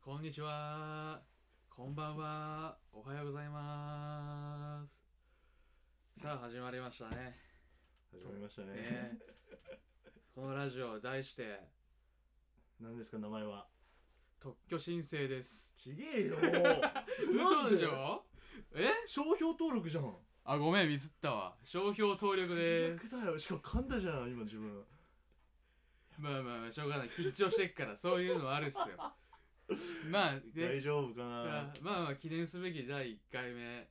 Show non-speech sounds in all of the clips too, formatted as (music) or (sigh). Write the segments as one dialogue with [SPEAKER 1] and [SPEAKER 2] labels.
[SPEAKER 1] こんにちは。こんばんは。おはようございます。さあ、始まりましたね。
[SPEAKER 2] 始まりましたね
[SPEAKER 1] ねこのラジオ、題して、
[SPEAKER 2] 何ですか名前は
[SPEAKER 1] 特許申請です。
[SPEAKER 2] ちげえよ
[SPEAKER 1] (laughs) 嘘でしょえ
[SPEAKER 2] 商標登録じゃん
[SPEAKER 1] あ、ごめん、ミスったわ。商標登録でーす。
[SPEAKER 2] 最悪だよしかも噛んだじゃん今自分
[SPEAKER 1] まあまあまあ、しょうがない。緊張してっから、そういうのはあるっすよ。まあ、
[SPEAKER 2] 大
[SPEAKER 1] で、
[SPEAKER 2] 丈夫か
[SPEAKER 1] ま
[SPEAKER 2] な
[SPEAKER 1] あまあ、記念すべき第1回目。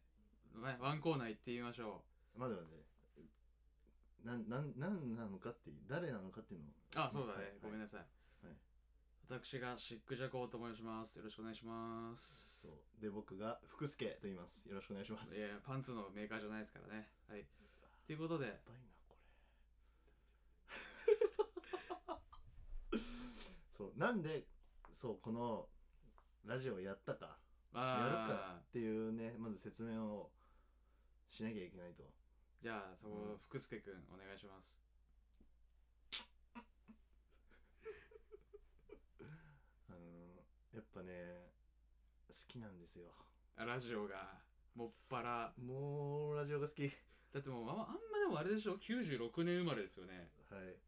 [SPEAKER 1] まあワンコーナー行ってみましょう。
[SPEAKER 2] まだまだなんなんなんなのかっていう誰なのかっていうのを
[SPEAKER 1] あ、そうだね。
[SPEAKER 2] はい
[SPEAKER 1] ごめんなさい。
[SPEAKER 2] はい
[SPEAKER 1] 私がシックジャコーと申します。よろしくお願いします。
[SPEAKER 2] そうで僕が福助と言いますよろしくお願いします
[SPEAKER 1] いや、パンツのメーカーじゃないですからね。はい。ということで、
[SPEAKER 2] やばいなこれそうなんでそうこのラジオやったかやるか
[SPEAKER 1] まあ
[SPEAKER 2] っ、ていうねまず説明をしなきゃいけないと
[SPEAKER 1] じゃあ、そこ、
[SPEAKER 2] うん
[SPEAKER 1] 福助くん、お願いします。
[SPEAKER 2] あのーやっぱね好きなんですよ
[SPEAKER 1] ラジオが、もっぱら。
[SPEAKER 2] もうラジオが好きはい
[SPEAKER 1] だってもう、あんまあんまでもあれでしょ ?96 年生まれですよね。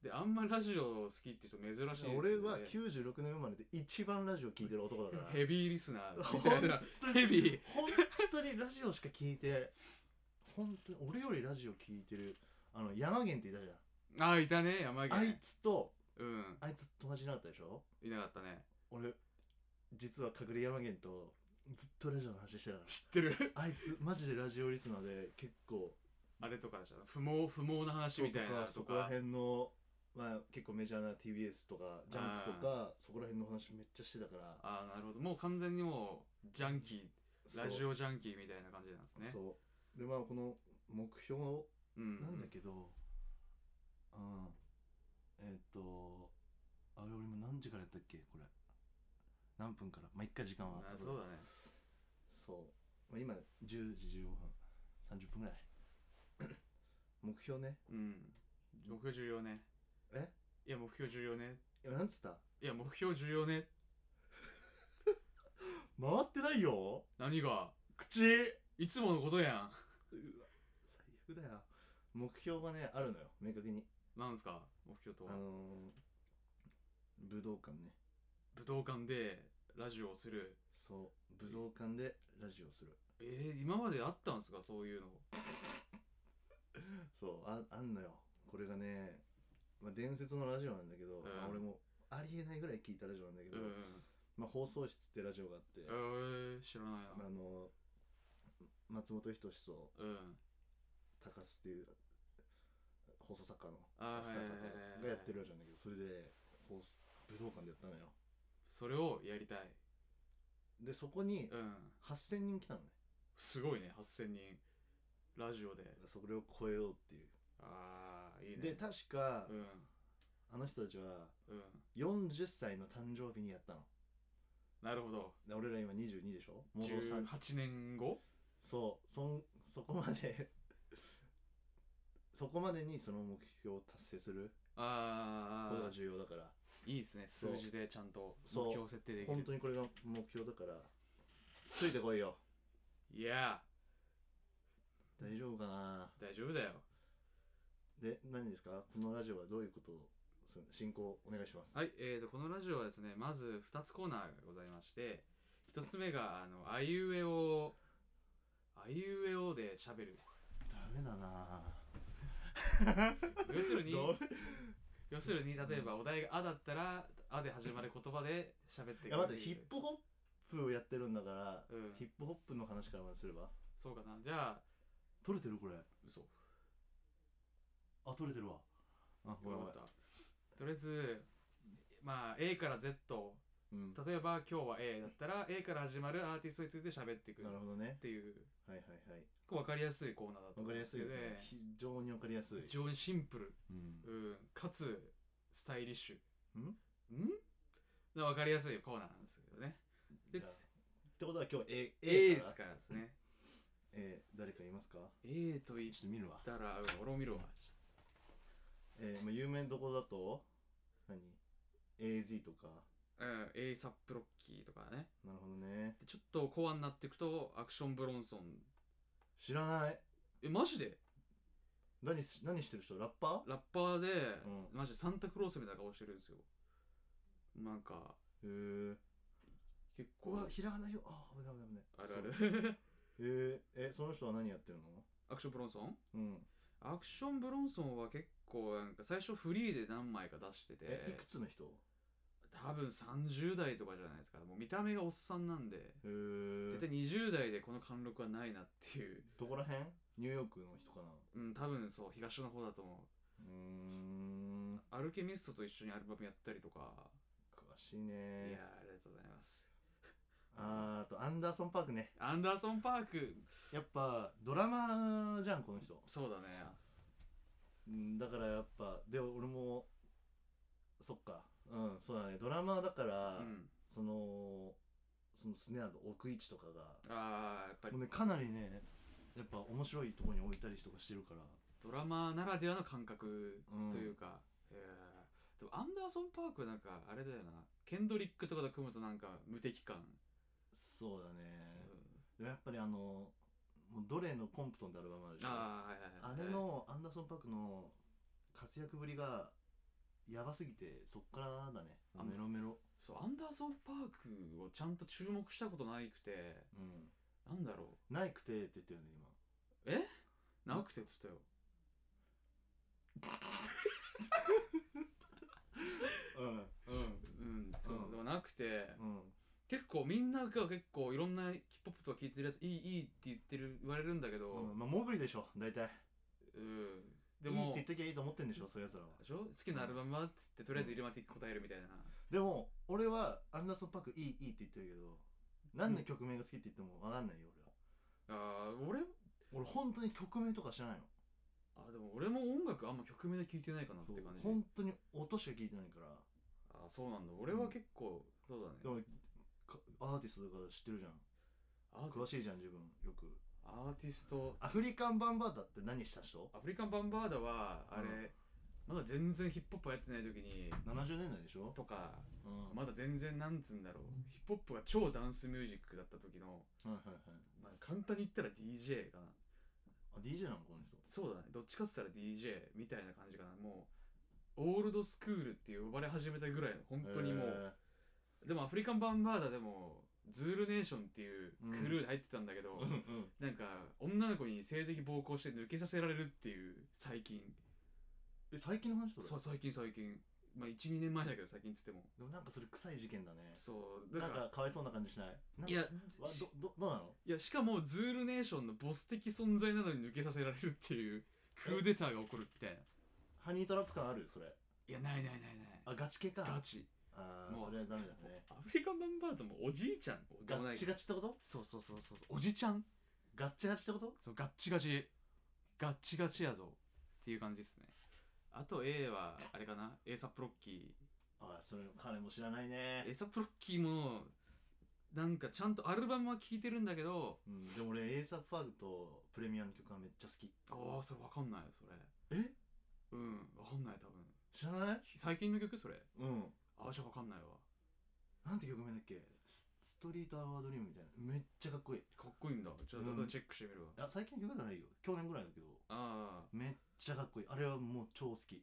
[SPEAKER 1] で、あんまラジオ好きって人珍しいですよね。
[SPEAKER 2] 俺は96年生まれで一番ラジオ聞いてる男だか
[SPEAKER 1] (laughs)
[SPEAKER 2] ら
[SPEAKER 1] ヘビーリスナーみたい
[SPEAKER 2] (laughs)
[SPEAKER 1] な。ヘビー。
[SPEAKER 2] 本当にラジオしか聞いて本当に俺よりラジオ聞いてるあの山源っていたじゃ
[SPEAKER 1] あ、いたね、山
[SPEAKER 2] んあ
[SPEAKER 1] 源
[SPEAKER 2] い。つと
[SPEAKER 1] うん。
[SPEAKER 2] あいつ友達いなかったでしょ
[SPEAKER 1] いなかったね。
[SPEAKER 2] 俺実は隠れ山源とずっとラジオの話してたの
[SPEAKER 1] 知ってる
[SPEAKER 2] あいつマジでラジオリスナーで結構
[SPEAKER 1] あれとかじゃん不毛不毛な話みたいなとか
[SPEAKER 2] そこら辺の、まあ、結構メジャーな TBS とかジャンクとかそこら辺の話めっちゃしてたから
[SPEAKER 1] ああなるほどもう完全にもうジャンキーラジ
[SPEAKER 2] オ
[SPEAKER 1] オジャンキーみたいな感じなんですね
[SPEAKER 2] そうでまあこの目標
[SPEAKER 1] うん
[SPEAKER 2] なんだけどうん、えっ、とあれ俺も何時からやったっけこれ何分からまあ一回時間は
[SPEAKER 1] あそうだね
[SPEAKER 2] そう、まあ、今10時15分30分ぐらい (coughs) 目標ね
[SPEAKER 1] うん目標重要ね
[SPEAKER 2] え
[SPEAKER 1] いや目標重要ね
[SPEAKER 2] 今なんつった
[SPEAKER 1] いや目標重要ね
[SPEAKER 2] 回ってないよ
[SPEAKER 1] 何が
[SPEAKER 2] 口
[SPEAKER 1] いつものことや
[SPEAKER 2] うわ最悪だよ目標がねあるのよ明確に
[SPEAKER 1] んなんですか目標と
[SPEAKER 2] あ
[SPEAKER 1] は
[SPEAKER 2] のー武道館ね
[SPEAKER 1] 武道館でラジオをする
[SPEAKER 2] そう武道館でラジオする
[SPEAKER 1] えー、今まであったんですかそういうの
[SPEAKER 2] そうああんのよこれがね、まあ、伝説のラジオなんだけど、
[SPEAKER 1] ん
[SPEAKER 2] まあ俺もありえないぐらい聞いたラジオなんだけ
[SPEAKER 1] う
[SPEAKER 2] ど、
[SPEAKER 1] ん
[SPEAKER 2] まあ、放送室ってラジオがあって、
[SPEAKER 1] えー、知らない
[SPEAKER 2] まあ
[SPEAKER 1] な
[SPEAKER 2] あの松本人志と
[SPEAKER 1] うん
[SPEAKER 2] 高須っていう放送作家の
[SPEAKER 1] あー
[SPEAKER 2] 二
[SPEAKER 1] はいはいはいは
[SPEAKER 2] 方がや
[SPEAKER 1] い
[SPEAKER 2] ってるラジオなんだけどそれで放送武道館でやったのよ
[SPEAKER 1] それをやりたい
[SPEAKER 2] でそこに
[SPEAKER 1] うん
[SPEAKER 2] 8000人来たのね
[SPEAKER 1] すごいね8000人ラジオで
[SPEAKER 2] それを超えようっていう
[SPEAKER 1] ああいいね
[SPEAKER 2] で確か、
[SPEAKER 1] うん
[SPEAKER 2] あの人たちは
[SPEAKER 1] うん
[SPEAKER 2] 40歳の誕生日にやったの
[SPEAKER 1] なるほど
[SPEAKER 2] で俺ら今22でしょもうさ
[SPEAKER 1] 18年後
[SPEAKER 2] そうそんそこまで (laughs) そこまでにその目標を達成するこ
[SPEAKER 1] あ
[SPEAKER 2] とが
[SPEAKER 1] あ
[SPEAKER 2] 重要だから
[SPEAKER 1] いいですね
[SPEAKER 2] そう
[SPEAKER 1] 数字でちゃんと
[SPEAKER 2] そう
[SPEAKER 1] 目標設定でき
[SPEAKER 2] 本
[SPEAKER 1] る
[SPEAKER 2] 当にこれが目標だからついてこいよ
[SPEAKER 1] いや
[SPEAKER 2] 大丈夫かな
[SPEAKER 1] ー大丈夫だよ
[SPEAKER 2] で何ですかこのラジオはどういうことをする進行お願いします
[SPEAKER 1] はいえー、とこのラジオはですねまず2つコーナーがございまして1つ目があのあいうえおあいうえおでしゃべ
[SPEAKER 2] (laughs)
[SPEAKER 1] る
[SPEAKER 2] ダメだな
[SPEAKER 1] 要するに
[SPEAKER 2] どう
[SPEAKER 1] 要するに例えばお題が「あ」だったら「あ」で始まる言葉でしゃべってく
[SPEAKER 2] いや
[SPEAKER 1] れ
[SPEAKER 2] 待ってヒップホップをやってるんだから、
[SPEAKER 1] うん
[SPEAKER 2] ヒップホップの話からまですれば
[SPEAKER 1] そうかなじゃあ
[SPEAKER 2] 取れてるこれ
[SPEAKER 1] 嘘
[SPEAKER 2] あ取れてるわあごめん
[SPEAKER 1] わ
[SPEAKER 2] ご
[SPEAKER 1] かっ
[SPEAKER 2] めん
[SPEAKER 1] たとりあえずまあ A から Z
[SPEAKER 2] うんな
[SPEAKER 1] 例えば今日は A だったら A から始まるアーティストについて喋っていくっ
[SPEAKER 2] るほどね
[SPEAKER 1] ていう
[SPEAKER 2] はいはいはい
[SPEAKER 1] 分かりやすいコーナーだと
[SPEAKER 2] わ
[SPEAKER 1] 思
[SPEAKER 2] か
[SPEAKER 1] う
[SPEAKER 2] り
[SPEAKER 1] ん
[SPEAKER 2] やすいですね
[SPEAKER 1] す
[SPEAKER 2] 非常にわかりやすい
[SPEAKER 1] よ非常にシンプル、
[SPEAKER 2] うん
[SPEAKER 1] うん、かつスタイリッシュ
[SPEAKER 2] ん
[SPEAKER 1] んだ分かりやすいコーナーなんですけどねで
[SPEAKER 2] じゃあってことは今日 A,
[SPEAKER 1] A で
[SPEAKER 2] から
[SPEAKER 1] すからですね
[SPEAKER 2] えー誰かいますか
[SPEAKER 1] A と言っ
[SPEAKER 2] ちょっと見るわ、
[SPEAKER 1] たらうん俺を見ろ
[SPEAKER 2] えーまあ、有名どころだと何 AZ とか
[SPEAKER 1] うん、エイサップロッキーとかね。
[SPEAKER 2] なるほどね
[SPEAKER 1] でちょっとコアになっていくと、アクションブロンソン。
[SPEAKER 2] 知らない
[SPEAKER 1] え、マジで
[SPEAKER 2] 何し何してる人ラッパー
[SPEAKER 1] ラッパーで、
[SPEAKER 2] う
[SPEAKER 1] マジでサンタクロースみたいな顔してるんですよ。なんか、
[SPEAKER 2] へえ
[SPEAKER 1] 結構
[SPEAKER 2] こはひらがなよあー危ない危ない危ない
[SPEAKER 1] あるある。
[SPEAKER 2] るへええその人は何やってるの
[SPEAKER 1] (laughs) アクションブロンソン
[SPEAKER 2] うん
[SPEAKER 1] アクションブロンソンは結構なんか最初フリーで何枚か出してて
[SPEAKER 2] えいくつの人へ
[SPEAKER 1] 多分30代とかじゃないですかもう見た目がおっさんなんで絶対
[SPEAKER 2] え
[SPEAKER 1] 20代でこの貫禄はないなっていう、
[SPEAKER 2] どこら辺ニューヨークの人かな
[SPEAKER 1] うん、多分そう東の方だと思
[SPEAKER 2] うーん
[SPEAKER 1] うアルケミストと一緒にアルバムやったりとか、
[SPEAKER 2] 詳しい
[SPEAKER 1] いや
[SPEAKER 2] ね
[SPEAKER 1] ーありがとうございます
[SPEAKER 2] あーあとアンダーソン・パークね
[SPEAKER 1] アンダーソン・パーク
[SPEAKER 2] やっぱドラマーじゃんこの人
[SPEAKER 1] そうだね
[SPEAKER 2] うんだからやっぱで俺もそっかうんそうだねドラマーだか
[SPEAKER 1] う
[SPEAKER 2] ら、
[SPEAKER 1] ん
[SPEAKER 2] そのそのスネアの奥位置とかが
[SPEAKER 1] あーやっぱり
[SPEAKER 2] もうねかなりねやっぱ面白いとこに置いたりとかしてるから
[SPEAKER 1] ドラマーならではの感覚
[SPEAKER 2] うん
[SPEAKER 1] というか、えーでもアンダーソン・パークはなんかあれだよなケンドリックとかと組むとなんか無敵感、
[SPEAKER 2] そうだね
[SPEAKER 1] う
[SPEAKER 2] でもやっぱりあのもうドレのコンプトンってアルバムある
[SPEAKER 1] ん、
[SPEAKER 2] でしょ
[SPEAKER 1] ああはいは
[SPEAKER 2] あ
[SPEAKER 1] いはい
[SPEAKER 2] れのアンダーソン・パークの活躍ぶりがやばすぎてそっからだね
[SPEAKER 1] あ
[SPEAKER 2] メロメロ
[SPEAKER 1] そうアンダーソン・パークをちゃんと注目したことないくて
[SPEAKER 2] う
[SPEAKER 1] な
[SPEAKER 2] ん
[SPEAKER 1] んだろ
[SPEAKER 2] ないくてって言ったよ
[SPEAKER 1] う
[SPEAKER 2] ね今
[SPEAKER 1] えなくてって言ったよ
[SPEAKER 2] うん
[SPEAKER 1] うんそう、
[SPEAKER 2] うん
[SPEAKER 1] でもなくて
[SPEAKER 2] うんうん
[SPEAKER 1] 結構みんなが結構いろんなヒップホップとか聞いてるやついいいいって言ってる言われるんだけど、
[SPEAKER 2] うんまあモブリでしょ大体
[SPEAKER 1] うん
[SPEAKER 2] で
[SPEAKER 1] で
[SPEAKER 2] もいいっ
[SPEAKER 1] も
[SPEAKER 2] て言っときゃいいと思ってんでしょそういうやつらは
[SPEAKER 1] でしょ好きなアルバムはっつってとりあえず入れまって答えるみたいな、
[SPEAKER 2] でも俺はアンダーソン・パークいいいいって言ってるけど何の曲名が好きって言っても分かんないよ
[SPEAKER 1] ああ俺
[SPEAKER 2] 俺は俺本当に曲名とか知らないの
[SPEAKER 1] あでも俺も音楽あんま曲名で聴いてないかなっ
[SPEAKER 2] そう
[SPEAKER 1] て感じ
[SPEAKER 2] 本当に音しか聞いてないから
[SPEAKER 1] あそうなんだ俺は結構、そうだね
[SPEAKER 2] でもかアーティストとか知ってるじゃん
[SPEAKER 1] アーティ
[SPEAKER 2] 詳しいじゃん自分よく
[SPEAKER 1] アーティスト
[SPEAKER 2] アフリカン・バンバーダって何した人
[SPEAKER 1] アフリカンバンバーダはあれ、まだ全然ヒップホップやってない時に
[SPEAKER 2] ?70 年代でしょ
[SPEAKER 1] とか
[SPEAKER 2] うんは
[SPEAKER 1] まだ全然なんつうんだろうヒップホップが超ダンスミュージックだった時の、
[SPEAKER 2] いはいはい
[SPEAKER 1] まあ、簡単に言ったら DJ かな
[SPEAKER 2] あ DJ なのこの人
[SPEAKER 1] そうだねどっちかっつったら DJ みたいな感じかなもうオールドスクールって呼ばれ始めたぐらいの本当にもう、
[SPEAKER 2] へ
[SPEAKER 1] でもアフリカンバンバーダでもズールネーションっていうクルーで入ってたんだけど、
[SPEAKER 2] ーうんうん
[SPEAKER 1] なんか女の子に性的暴行して抜けさせられるっていう最近
[SPEAKER 2] え最近の話それ
[SPEAKER 1] そう最近最近まあ12年前だけど最近っつっても
[SPEAKER 2] でもなんかそれ臭い事件だね
[SPEAKER 1] そう
[SPEAKER 2] な
[SPEAKER 1] だ
[SPEAKER 2] ん
[SPEAKER 1] から
[SPEAKER 2] かかわいそうな感じしないなん
[SPEAKER 1] いや
[SPEAKER 2] わ
[SPEAKER 1] し
[SPEAKER 2] どどどうなの
[SPEAKER 1] いやしかもズールネーションのボス的存在なのに抜けさせられるっていうクーデターが起こるみたいな
[SPEAKER 2] ハニートラップ感あるそれ
[SPEAKER 1] いやないないないない
[SPEAKER 2] あガチ系か
[SPEAKER 1] ガチ
[SPEAKER 2] あ
[SPEAKER 1] もう
[SPEAKER 2] あそれはダメだね
[SPEAKER 1] アフリカンバンバードもおじいちゃんで
[SPEAKER 2] ガ
[SPEAKER 1] もな
[SPEAKER 2] ッ
[SPEAKER 1] い
[SPEAKER 2] チガチってこと
[SPEAKER 1] そうそうそうそうおじちゃん
[SPEAKER 2] ガッチガチってこと
[SPEAKER 1] そうガッチガチガッチガチやぞっていう感じですねあと A はあれかな A サプロッキー
[SPEAKER 2] ああそれ彼も知らないね
[SPEAKER 1] エサプロッキーもなんかちゃんとアルバムは聴いてるんだけど
[SPEAKER 2] うん、でも俺 a サ a p ファーグとプレミアの曲がめっちゃ好き
[SPEAKER 1] ああそれわかんないそれ
[SPEAKER 2] え
[SPEAKER 1] うんわかんない多分
[SPEAKER 2] 知らない
[SPEAKER 1] 最近の曲それ
[SPEAKER 2] うん
[SPEAKER 1] ああじゃあわかんないわ
[SPEAKER 2] なんて曲名だっけスストリートアワードリームみたいなめっちゃかっこいい
[SPEAKER 1] かっこいいんだちょっと後でチェックしてみるわ、
[SPEAKER 2] あ最近の曲じゃないよ去年ぐらいだけど
[SPEAKER 1] ああ
[SPEAKER 2] めっちゃかっこいいあれはもう超好き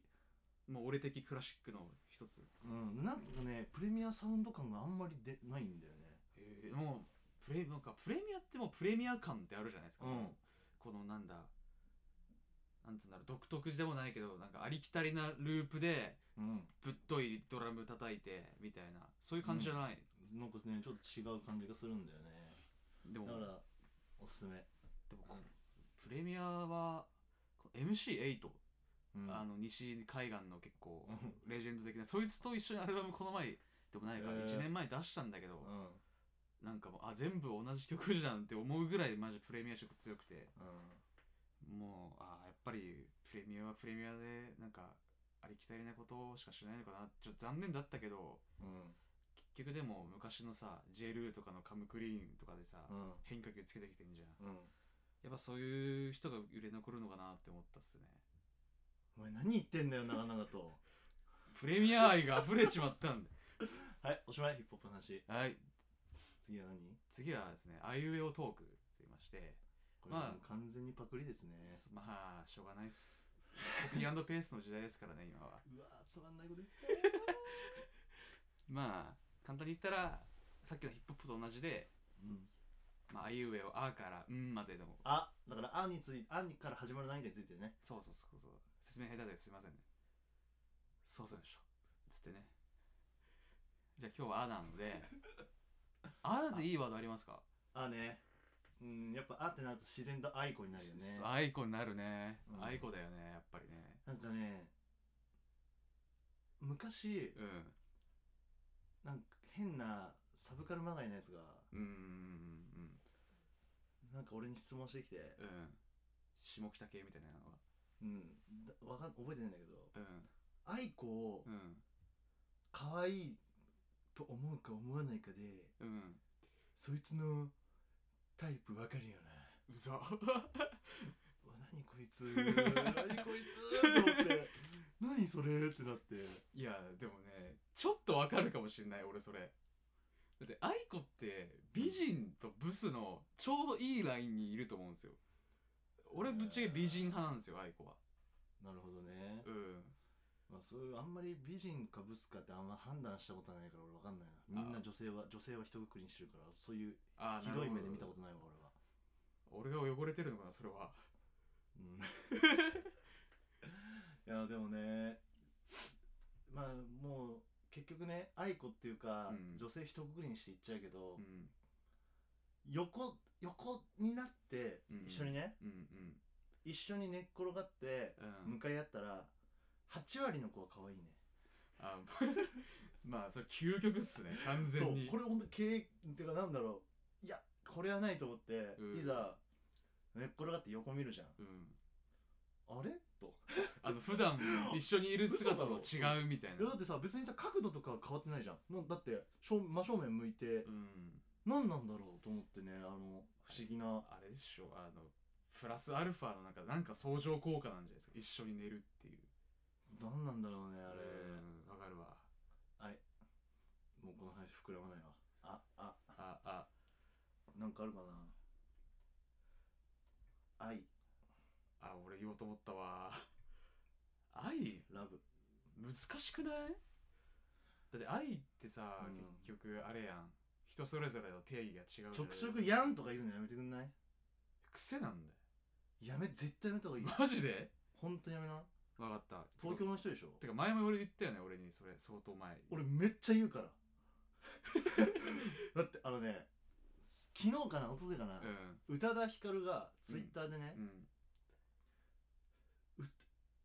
[SPEAKER 1] もう俺的クラシックの一つ
[SPEAKER 2] うんなんかねプレミアサウンド感があんまり出ないんだよね
[SPEAKER 1] えー、もうプレなんかプレミアってもうプレミア感ってあるじゃないですか、
[SPEAKER 2] うん
[SPEAKER 1] このなんだなんつうんだろう独特でもないけどなんかありきたりなループで
[SPEAKER 2] うん
[SPEAKER 1] ぶっといドラム叩いてみたいなそういう感じじゃない、
[SPEAKER 2] なんかねちょっと違う感じがするんだよね
[SPEAKER 1] でも
[SPEAKER 2] だからおすすめ、
[SPEAKER 1] でもこのプレミアはこの MC8、
[SPEAKER 2] うん、
[SPEAKER 1] あの西海岸の結構
[SPEAKER 2] うん
[SPEAKER 1] レジェンド的なそいつと一緒にアルバムこの前でもないか
[SPEAKER 2] へー
[SPEAKER 1] 1年前出したんだけど、
[SPEAKER 2] うん
[SPEAKER 1] なんかもうあ全部同じ曲じゃんって思うぐらいマジプレミア色強くて
[SPEAKER 2] うん
[SPEAKER 1] もうあーやっぱりプレミアはプレミアでなんかありきたりなことしかしないのかなちょっと残念だったけど
[SPEAKER 2] うん
[SPEAKER 1] 結局でも昔のさ J. ルーとかのカムクリーンとかでさ、
[SPEAKER 2] うん
[SPEAKER 1] 変化球つけてきてんじゃん
[SPEAKER 2] うん
[SPEAKER 1] やっぱそういう人が売れ残るのかなって思ったっすね (laughs)
[SPEAKER 2] お前何言ってんだよ長々と
[SPEAKER 1] プレミア愛が溢れちまったんだ
[SPEAKER 2] はいおしまいヒップホップの話
[SPEAKER 1] はい
[SPEAKER 2] 次は何
[SPEAKER 1] 次はですねあいうえおトークと言いまして
[SPEAKER 2] これは
[SPEAKER 1] まあ
[SPEAKER 2] もう完全にパクリですね、
[SPEAKER 1] まあしょうがないっすコピーペーストの時代ですからね今は
[SPEAKER 2] うわーつまんないこと言って
[SPEAKER 1] まあ簡単に言ったらさっきのヒップホップと同じで
[SPEAKER 2] うん
[SPEAKER 1] まああいうえおあからうんまでの
[SPEAKER 2] あだから「あ」について「あ」にから始まる何かについてね
[SPEAKER 1] そうそうそうそう説明下手ですいませんねそうそうでしょつってねじゃあ今日はあなのであでいいワードありますか
[SPEAKER 2] 「あ」ねうんやっぱ「あ」ってなると自然と「あいこ」になるよね
[SPEAKER 1] そうアイコになるね、
[SPEAKER 2] うん
[SPEAKER 1] アイコだよねやっぱりね
[SPEAKER 2] なんかね昔
[SPEAKER 1] うん
[SPEAKER 2] なんか変なサブカルまがいのやつが
[SPEAKER 1] うんうん
[SPEAKER 2] なんか俺に質問してきて
[SPEAKER 1] うんうんうん下北系みたいなのが
[SPEAKER 2] うんだわかん覚えてないんだけど
[SPEAKER 1] うん
[SPEAKER 2] あいこを
[SPEAKER 1] うん
[SPEAKER 2] 可愛いと思うか思わないかで
[SPEAKER 1] うん
[SPEAKER 2] そいつのタイプわかるよな
[SPEAKER 1] うざ
[SPEAKER 2] うわ何こいつ何こいつって思って何それってなって
[SPEAKER 1] (laughs) いやでもねちょっとわかるかもしれない俺それだってアイコって美人とブスのちょうどいいラインにいると思うんですよ俺ぶっちゃけ美人派なんですよアイコは
[SPEAKER 2] なるほどね
[SPEAKER 1] う、ん
[SPEAKER 2] まあ、そういうあんまり美人かブスかってあんま判断したことないから俺わかんないなみんな女性は女性は一括りにしてるからそういう
[SPEAKER 1] あー
[SPEAKER 2] ひどい目で見た
[SPEAKER 1] なる
[SPEAKER 2] ことないわ俺は
[SPEAKER 1] ほど俺が汚れてるのかなそれは
[SPEAKER 2] う
[SPEAKER 1] (laughs)
[SPEAKER 2] んいやでもねまあもう結局ね愛子っていうか、
[SPEAKER 1] うん
[SPEAKER 2] 女性一括りにして言っちゃうけど、
[SPEAKER 1] うん
[SPEAKER 2] 横横になって
[SPEAKER 1] うん
[SPEAKER 2] 一緒にね、
[SPEAKER 1] うん
[SPEAKER 2] 一緒に寝っ転がって
[SPEAKER 1] うんうん
[SPEAKER 2] 向かい合ったら8割の子は可愛いね
[SPEAKER 1] あ (laughs) まあそれ究極っすね完全に
[SPEAKER 2] そうこれ本当経営っていうかなんだろういやこれはないと思って、
[SPEAKER 1] うん
[SPEAKER 2] いざ寝っ転がって横見るじゃん
[SPEAKER 1] うん、
[SPEAKER 2] あれと
[SPEAKER 1] あの普段一緒にいる姿と
[SPEAKER 2] 嘘だろ
[SPEAKER 1] 違うみたい
[SPEAKER 2] いやだ
[SPEAKER 1] な
[SPEAKER 2] ってさ別にさ角度とかは変わってないじゃんもうだって正真正面向いて、
[SPEAKER 1] うん
[SPEAKER 2] 何なんだろうと思ってねあの不思議な
[SPEAKER 1] あれでしょあのプラスアルファのなんかなんか相乗効果なんじゃないですか一緒に寝るっていう
[SPEAKER 2] 何なんだろうねあれ
[SPEAKER 1] うんわかるわ
[SPEAKER 2] もうこの話膨らまないわああ
[SPEAKER 1] ああ
[SPEAKER 2] なんかあるかな愛
[SPEAKER 1] あ俺言おうと思ったわ愛
[SPEAKER 2] ラブ
[SPEAKER 1] 難しくないだって愛ってさ、
[SPEAKER 2] うん
[SPEAKER 1] 結局あれやん人それぞれの定義が違うじゃない
[SPEAKER 2] 直色やんとか言うのやめてくんない
[SPEAKER 1] 癖なんだ
[SPEAKER 2] やめ絶対やめた方がいい
[SPEAKER 1] よマジで
[SPEAKER 2] ほんとやめな
[SPEAKER 1] わかった
[SPEAKER 2] 東京の人でしょ
[SPEAKER 1] てか前も俺言ったよね俺にそれ相当前
[SPEAKER 2] 俺めっちゃ言うからだってあのね昨日かな一昨日かな
[SPEAKER 1] うん
[SPEAKER 2] 宇多田ヒカルがツイッターでね
[SPEAKER 1] う、ん
[SPEAKER 2] う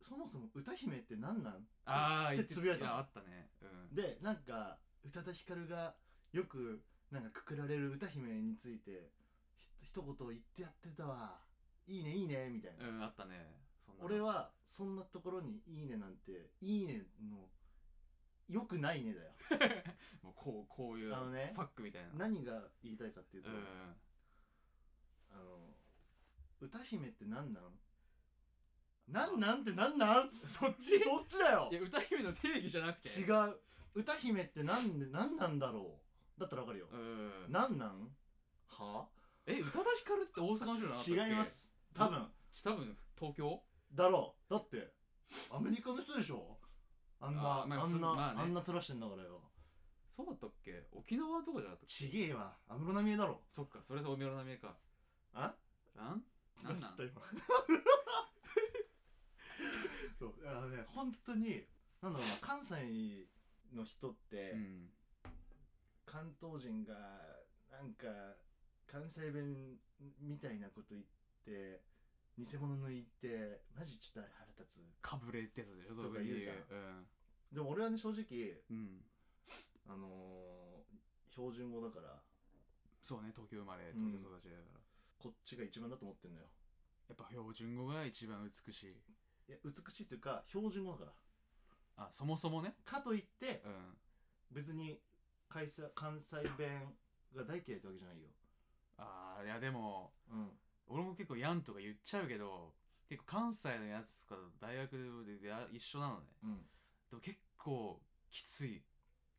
[SPEAKER 2] そもそも歌姫って何なん
[SPEAKER 1] ああ
[SPEAKER 2] ってつぶやいたの
[SPEAKER 1] あったねうん
[SPEAKER 2] でなんか宇多田ヒカルがよくなんかくくられる歌姫についてひ一言言ってやってたわいいねいいねみたいな、
[SPEAKER 1] うんあったねそんなの
[SPEAKER 2] 俺はそんなところに「いいね」なんて「いいね」のよくないねだよ
[SPEAKER 1] もうこうこういう
[SPEAKER 2] あのね
[SPEAKER 1] ファックみたいな
[SPEAKER 2] 何が言いたいかっていうと、
[SPEAKER 1] うん
[SPEAKER 2] あの歌姫って何なんなんなんってなんなん
[SPEAKER 1] そっちい
[SPEAKER 2] そっちだよ
[SPEAKER 1] や歌姫の定義じゃなくて
[SPEAKER 2] 違
[SPEAKER 1] う
[SPEAKER 2] う歌姫ってなんで何なんだろうだったらわかるよ、
[SPEAKER 1] ん
[SPEAKER 2] なんなんは
[SPEAKER 1] え宇多田ヒカルって大阪の人じゃなかったっけ
[SPEAKER 2] 違います多分
[SPEAKER 1] ち多分東京
[SPEAKER 2] だろうだってアメリカの人でしょあんなあ,、
[SPEAKER 1] あまあそ
[SPEAKER 2] んな、
[SPEAKER 1] まあね
[SPEAKER 2] あんな面してんだからよ
[SPEAKER 1] そうだったっけ沖縄とかじゃなかったっけ
[SPEAKER 2] ちげえわ安室奈美恵だろ
[SPEAKER 1] そっかそれさおみおらなみえか
[SPEAKER 2] あ
[SPEAKER 1] なんなんなん
[SPEAKER 2] つった今 (laughs) そうあのね本当になんだろうな関西の人って、
[SPEAKER 1] うん
[SPEAKER 2] 関東人がなんか関西弁みたいなこと言って偽物の言ってマジちょっとあれ腹立つ
[SPEAKER 1] かぶれってやつでしょ
[SPEAKER 2] とか言うじゃん
[SPEAKER 1] そこうん
[SPEAKER 2] でも俺はね正直
[SPEAKER 1] うん
[SPEAKER 2] あのー標準語だから
[SPEAKER 1] そうね東京生まれ
[SPEAKER 2] うん
[SPEAKER 1] 東京育ちだから
[SPEAKER 2] こっちが一番だと思ってんのよ
[SPEAKER 1] やっぱ標準語が一番美しい
[SPEAKER 2] いや美しいというか標準語だか
[SPEAKER 1] あ
[SPEAKER 2] ら
[SPEAKER 1] そもそもね
[SPEAKER 2] かといって
[SPEAKER 1] うん
[SPEAKER 2] 別に関西関西弁が大嫌いってわけじゃないよ
[SPEAKER 1] あーいやでも
[SPEAKER 2] うん
[SPEAKER 1] 俺も結構やんとか言っちゃうけど結構関西のやつとか大学でや一緒なのね
[SPEAKER 2] うん
[SPEAKER 1] でも結構きつい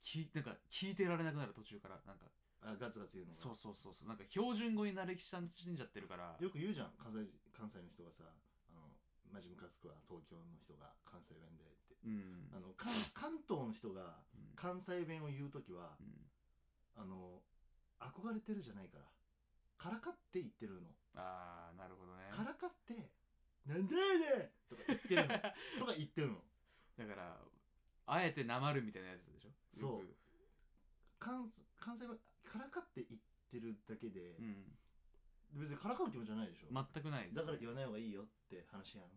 [SPEAKER 1] きなんか聞いてられなくなる途中からなんか
[SPEAKER 2] あガツガツ言うのが
[SPEAKER 1] そうそうそうそうなんか標準語に慣れ親しんじゃってるから
[SPEAKER 2] よく言うじゃん関西関西の人がさあのマジムカつくわ東京の人が関西弁でって
[SPEAKER 1] うん
[SPEAKER 2] あの関関東の人が
[SPEAKER 1] うん
[SPEAKER 2] 関西弁を言う時は
[SPEAKER 1] うん
[SPEAKER 2] あの憧れてるじゃないからからかって言ってるの
[SPEAKER 1] ああなるほどね
[SPEAKER 2] からかって「なんでやねん!」とか言っ
[SPEAKER 1] (laughs)
[SPEAKER 2] てるのとか言ってるの
[SPEAKER 1] だからあえてなまるみたいなやつでしょ
[SPEAKER 2] そう
[SPEAKER 1] よ
[SPEAKER 2] 関関西弁からかって言ってるだけで
[SPEAKER 1] く、うん、
[SPEAKER 2] 別にからかう気持ちはないでしょ、
[SPEAKER 1] 全くないです、
[SPEAKER 2] だから言わない方がいいよって話やん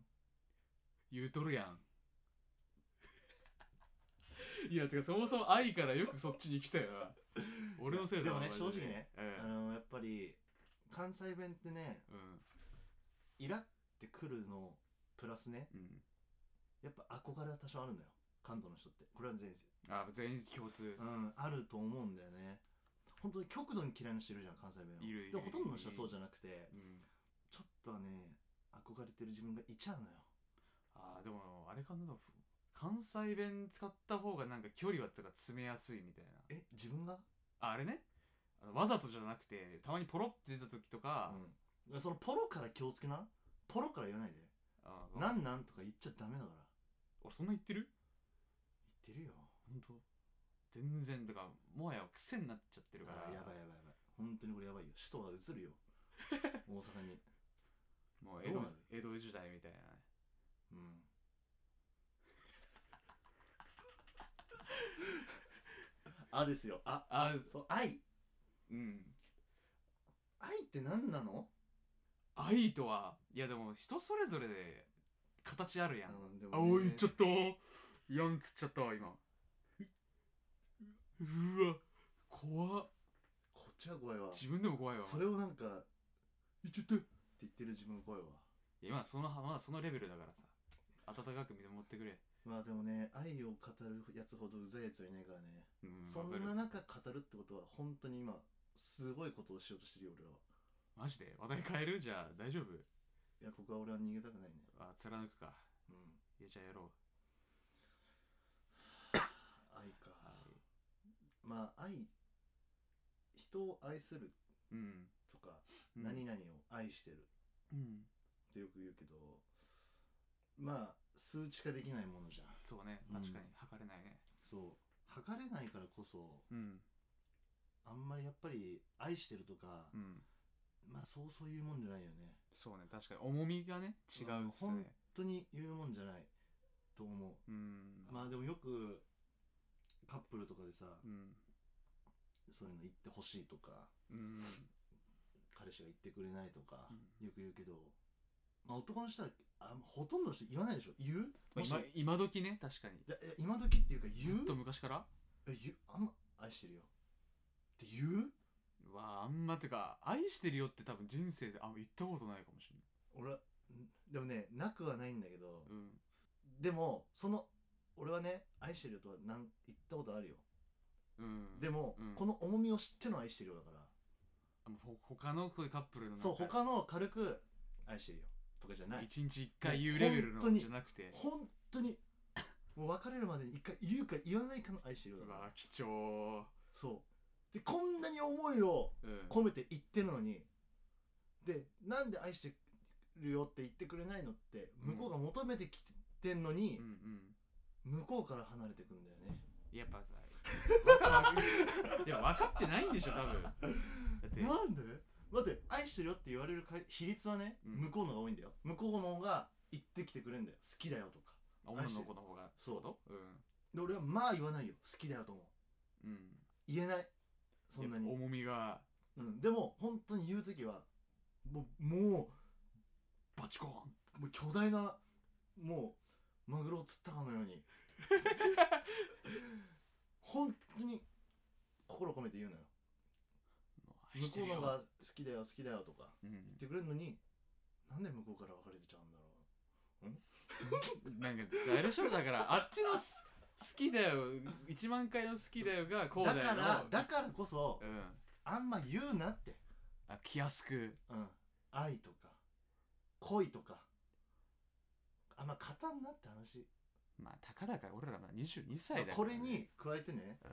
[SPEAKER 1] 言うとるやん (laughs) いやつかそもそも愛からよくそっちに来たよな俺のせいだ
[SPEAKER 2] で
[SPEAKER 1] な
[SPEAKER 2] もね
[SPEAKER 1] マジ
[SPEAKER 2] 正直ね、
[SPEAKER 1] うん
[SPEAKER 2] あのやっぱり関西弁ってね
[SPEAKER 1] うん
[SPEAKER 2] イラってくるのプラスね
[SPEAKER 1] うん
[SPEAKER 2] やっぱ憧れは多少あるのよ関東の人ってこれは全然
[SPEAKER 1] あ全員共通
[SPEAKER 2] うんあると思うんだよね本当に極度に嫌いな人いるじゃん関西弁を
[SPEAKER 1] いるいる
[SPEAKER 2] でもほとんどの人はそうじゃなくて
[SPEAKER 1] うん
[SPEAKER 2] ちょっとはね憧れてる自分がいちゃうのよ
[SPEAKER 1] あーでもあれかな関西弁使った方がなんか距離はとか詰めやすいみたいな
[SPEAKER 2] え自分が
[SPEAKER 1] ああれねあのわざとじゃなくてたまにポロって出た時とか、
[SPEAKER 2] うんそのポロから気をつけなポロから言わないで
[SPEAKER 1] あ
[SPEAKER 2] 「なんなん?」とか言っちゃダメだから
[SPEAKER 1] 俺そんな言ってる
[SPEAKER 2] 言ってるよ
[SPEAKER 1] 本当全然だからもはや癖になっちゃってるから
[SPEAKER 2] あーやばいやばいやばい本当にこれやばいよ首都が映る
[SPEAKER 1] (laughs)
[SPEAKER 2] よ大阪に
[SPEAKER 1] もう江戸
[SPEAKER 2] どうなる
[SPEAKER 1] 江戸時代みたいな
[SPEAKER 2] うんあですよあ
[SPEAKER 1] あ
[SPEAKER 2] そう愛
[SPEAKER 1] うん
[SPEAKER 2] 愛って何なの
[SPEAKER 1] 愛とはいやでも人それぞれで形あるやん、
[SPEAKER 2] ので
[SPEAKER 1] あおい言っちゃ
[SPEAKER 2] っ
[SPEAKER 1] ったやんつっちゃったわ今ううわ怖っ
[SPEAKER 2] こっちは怖いわ
[SPEAKER 1] 自分でも怖いわ
[SPEAKER 2] それをなんか「言っちゃった!」って言ってる自分が怖いわ
[SPEAKER 1] 今そのまだそのレベルだからさ温かく見守ってくれ
[SPEAKER 2] まあでもね愛を語るやつほどうざいやつはいないからね
[SPEAKER 1] うん
[SPEAKER 2] そん
[SPEAKER 1] わか
[SPEAKER 2] な
[SPEAKER 1] る
[SPEAKER 2] 中語るってことは本当に今すごいことをしようとしてるよ俺は
[SPEAKER 1] マジで話題変えるじゃあ大丈夫
[SPEAKER 2] いやここは俺は逃げたくないね
[SPEAKER 1] あ貫くか
[SPEAKER 2] うん
[SPEAKER 1] いやじゃあやろう
[SPEAKER 2] 愛か
[SPEAKER 1] はい
[SPEAKER 2] まあ愛人を愛する
[SPEAKER 1] うん
[SPEAKER 2] とか、
[SPEAKER 1] うん
[SPEAKER 2] 何々を愛してる
[SPEAKER 1] うん
[SPEAKER 2] ってよく言うけどまあ数値化できないものじゃん
[SPEAKER 1] そうね
[SPEAKER 2] うん
[SPEAKER 1] 確かに測れないね
[SPEAKER 2] そう測れないからこそ
[SPEAKER 1] うん
[SPEAKER 2] あんまりやっぱり愛してるとか、
[SPEAKER 1] うん
[SPEAKER 2] まあそうそういうもんじゃないよね
[SPEAKER 1] そうね確かに重みがね違うっす
[SPEAKER 2] うん
[SPEAKER 1] ね
[SPEAKER 2] 本当に言うもんじゃないと思う
[SPEAKER 1] うん
[SPEAKER 2] まあでもよくカップルとかでさ、
[SPEAKER 1] うん
[SPEAKER 2] そういうの言ってほしいとか
[SPEAKER 1] うん
[SPEAKER 2] 彼氏が言ってくれないとか
[SPEAKER 1] う、ん
[SPEAKER 2] よく言うけど、まあ、男の人はあほとんどの人言わないでしょ言う、
[SPEAKER 1] まあ
[SPEAKER 2] もし
[SPEAKER 1] 今今時ね確かに
[SPEAKER 2] いやえ今時っていうか言
[SPEAKER 1] ずっと
[SPEAKER 2] う
[SPEAKER 1] 昔から
[SPEAKER 2] え言うあんま愛してるよって言う
[SPEAKER 1] わああんまてか愛してるよって多分人生であ言ったことないかもしれ
[SPEAKER 2] 俺はんでもねなくはないんだけど、
[SPEAKER 1] ないうん
[SPEAKER 2] でもその俺はね愛してるよとはなん言ったことあるよ、
[SPEAKER 1] うん
[SPEAKER 2] でも、
[SPEAKER 1] うん
[SPEAKER 2] この重みを知っての愛してるよだから、
[SPEAKER 1] あもうほ他のこういうカップルのなんか
[SPEAKER 2] そう他の軽く愛してるよとかじゃない
[SPEAKER 1] 一日一回言うレベルの
[SPEAKER 2] 本当に
[SPEAKER 1] じゃなくて
[SPEAKER 2] 本当にもう別れるまでに一回言うか言わないかの愛してるよ
[SPEAKER 1] う
[SPEAKER 2] だから
[SPEAKER 1] わ貴重
[SPEAKER 2] そうでこんなに思いを
[SPEAKER 1] うん
[SPEAKER 2] 込めて言ってるのにでなんで愛してるよって言ってくれないのって
[SPEAKER 1] うん
[SPEAKER 2] 向こうが求めてきてんのに
[SPEAKER 1] うんうん
[SPEAKER 2] 向こうから離れてくんだよね
[SPEAKER 1] やっぱさわかるいや分かってないんでしょ多
[SPEAKER 2] (laughs)
[SPEAKER 1] 分だって
[SPEAKER 2] なんでだって愛してるよって言われるか比率はね
[SPEAKER 1] うん
[SPEAKER 2] 向こうのが多いんだよ向こうの方が言ってきてくれんだよ好きだよとか
[SPEAKER 1] 女の子の方が
[SPEAKER 2] そう
[SPEAKER 1] ことうん
[SPEAKER 2] で俺はまあ言わないよ好きだよとも
[SPEAKER 1] うん
[SPEAKER 2] 言えないそんなに
[SPEAKER 1] やっぱ重みが
[SPEAKER 2] うん、でも本当に言う時はもうも
[SPEAKER 1] バチコーン
[SPEAKER 2] うもう巨大なもうマグロを釣ったかのよ
[SPEAKER 1] (laughs)
[SPEAKER 2] うに本当に心を込めて言うのよ向こうのが好きだよ好きだよとか
[SPEAKER 1] う
[SPEAKER 2] 言っ
[SPEAKER 1] ん
[SPEAKER 2] てくれるのになんで向こうから別れてちゃうんだろ
[SPEAKER 1] なんかあれでしょだからあっちのす好きだよ1万回の好きだよがこう
[SPEAKER 2] う
[SPEAKER 1] だよ
[SPEAKER 2] だからだからこそ
[SPEAKER 1] うん
[SPEAKER 2] あんま言うなって、
[SPEAKER 1] あ気安く
[SPEAKER 2] うん、愛とか恋とかあんま語んなって話
[SPEAKER 1] まあたかだか俺らまだ22歳だから、ね、
[SPEAKER 2] これに加えてね
[SPEAKER 1] うん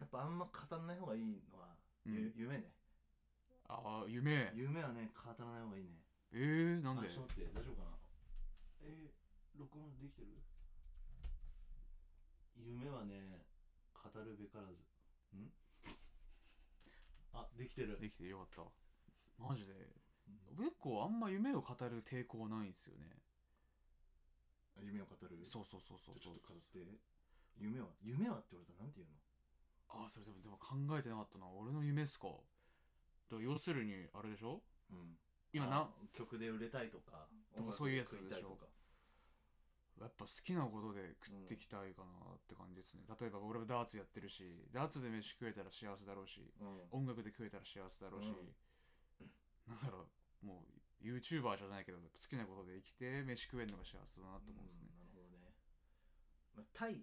[SPEAKER 2] やっぱあんま語らない方がいいのは、
[SPEAKER 1] うん
[SPEAKER 2] ゆ夢ね
[SPEAKER 1] ああ夢
[SPEAKER 2] 夢はね語らない方がいいね
[SPEAKER 1] えー、なんで
[SPEAKER 2] あちょっと待って大丈夫かなえー、録音できてる夢はね語るべからずんあできてる
[SPEAKER 1] できてよかったマジで結構あんま夢を語る抵抗ないんですよね
[SPEAKER 2] 夢を語る
[SPEAKER 1] そうそうそうそう
[SPEAKER 2] じゃ
[SPEAKER 1] そ
[SPEAKER 2] あちょ
[SPEAKER 1] う
[SPEAKER 2] っと語って夢は夢はって言われたらなんて言うの
[SPEAKER 1] ああそれでもでも考えてなかったな俺の夢っすかだから要するにあれでしょ
[SPEAKER 2] うん
[SPEAKER 1] 今
[SPEAKER 2] あ
[SPEAKER 1] な
[SPEAKER 2] 曲で売れたいとか
[SPEAKER 1] とかそういうやつでしょ
[SPEAKER 2] 音楽で食い
[SPEAKER 1] や
[SPEAKER 2] たいとか
[SPEAKER 1] っぱ好きなことで食っていきたいかなって感じですね、例えば俺はダーツやってるしダーツで飯食えたら幸せだろうし
[SPEAKER 2] うん
[SPEAKER 1] 音楽で食えたら幸せだろうし、なんだろうもう YouTuber じゃないけど好きなことで生きて飯食えるのが幸せだなと思うんですね
[SPEAKER 2] なるほどね、まあ、タイ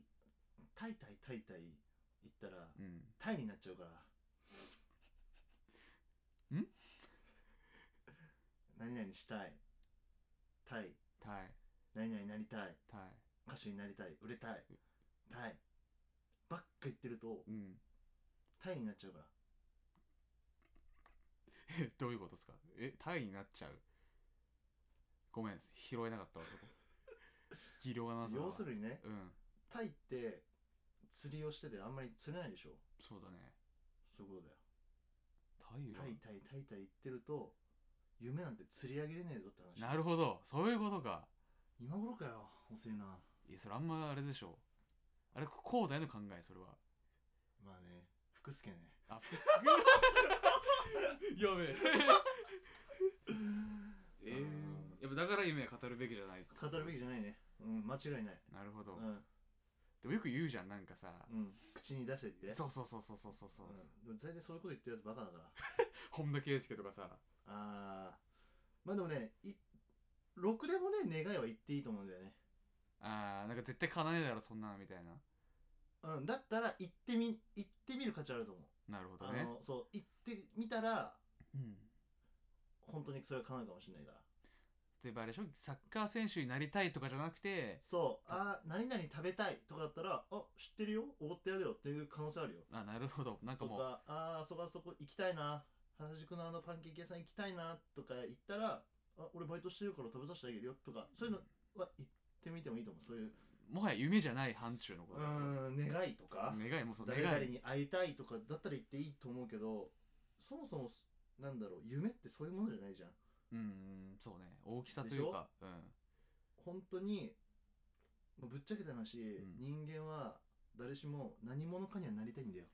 [SPEAKER 2] タイタイタイタイ行ったら
[SPEAKER 1] うん、
[SPEAKER 2] タイになっちゃうから
[SPEAKER 1] ん
[SPEAKER 2] 何々したいタイ
[SPEAKER 1] タイ
[SPEAKER 2] 何々なりたい
[SPEAKER 1] タイ
[SPEAKER 2] 歌手になりたい売れたいタイばっか言ってると
[SPEAKER 1] うん (laughs)
[SPEAKER 2] タイになっちゃうから
[SPEAKER 1] えどういうことですかえタイになっちゃうごめん拾えなか
[SPEAKER 2] (laughs)
[SPEAKER 1] った俺技量がなさ
[SPEAKER 2] 要するにね
[SPEAKER 1] うん
[SPEAKER 2] タイって釣りをしててあんまり釣れないでしょ
[SPEAKER 1] そうだね
[SPEAKER 2] そういうことだよ
[SPEAKER 1] タイは
[SPEAKER 2] タイタイタイタイ言ってると夢なんて釣り上げれねえぞって話
[SPEAKER 1] なるほどそういうことか
[SPEAKER 2] 今頃かよ遅いない
[SPEAKER 1] やそれあんまあれでしょあれ高大の考えそれは
[SPEAKER 2] まあね福助ね
[SPEAKER 1] あ複数やべええ
[SPEAKER 2] うん
[SPEAKER 1] ー、やっぱだから夢は語るべきじゃない
[SPEAKER 2] 語るべきじゃないねうん間違いない
[SPEAKER 1] なるほ
[SPEAKER 2] う
[SPEAKER 1] ど、
[SPEAKER 2] ん、
[SPEAKER 1] でもよく言うじゃんなんかさ、
[SPEAKER 2] うん、口に出せって
[SPEAKER 1] そうそうそうそうそうそうそう、
[SPEAKER 2] うんでも大体そういうこと言ってるやつバカだから
[SPEAKER 1] 本田圭佑とかさ
[SPEAKER 2] ああまあでもねいろくでもね願いは言っていいと思うんだよね
[SPEAKER 1] あーなんか絶対叶えねえだろそんなのみたいな
[SPEAKER 2] うんだったら行ってみ行ってみる価値あると思う
[SPEAKER 1] なるほど
[SPEAKER 2] あ
[SPEAKER 1] ね
[SPEAKER 2] のそう行ってみたら
[SPEAKER 1] うん
[SPEAKER 2] 本当にそれは叶うかもしれないから
[SPEAKER 1] 例えばあれでしょサッカー選手になりたいとかじゃなくて
[SPEAKER 2] そうあー何々食べたいとかだったらあ知ってるよおごってやるよっていう可能性あるよ
[SPEAKER 1] あなるほどなんか
[SPEAKER 2] と
[SPEAKER 1] もう
[SPEAKER 2] か、ああ、そこあそこ行きたいな、原宿のあのパンケーキ屋さん行きたいなとか言ったら、あ、俺バイトしてるから食べさせてあげるよとか、そういうのは言ってみてもいいと思う。そういう、
[SPEAKER 1] もはや夢じゃない範疇のこ
[SPEAKER 2] う
[SPEAKER 1] とだよね
[SPEAKER 2] ーん、願いとか、
[SPEAKER 1] 願いもそう
[SPEAKER 2] 誰々
[SPEAKER 1] 願い
[SPEAKER 2] に会いたいとかだったら言っていいと思うけど、そもそも、なんだろう、夢ってそういうものじゃないじゃん。
[SPEAKER 1] うんそうね大きさというかうん
[SPEAKER 2] 本当に、まあぶっちゃけた話、
[SPEAKER 1] ん
[SPEAKER 2] 人間は誰しも何者かにはなりたいんだよ。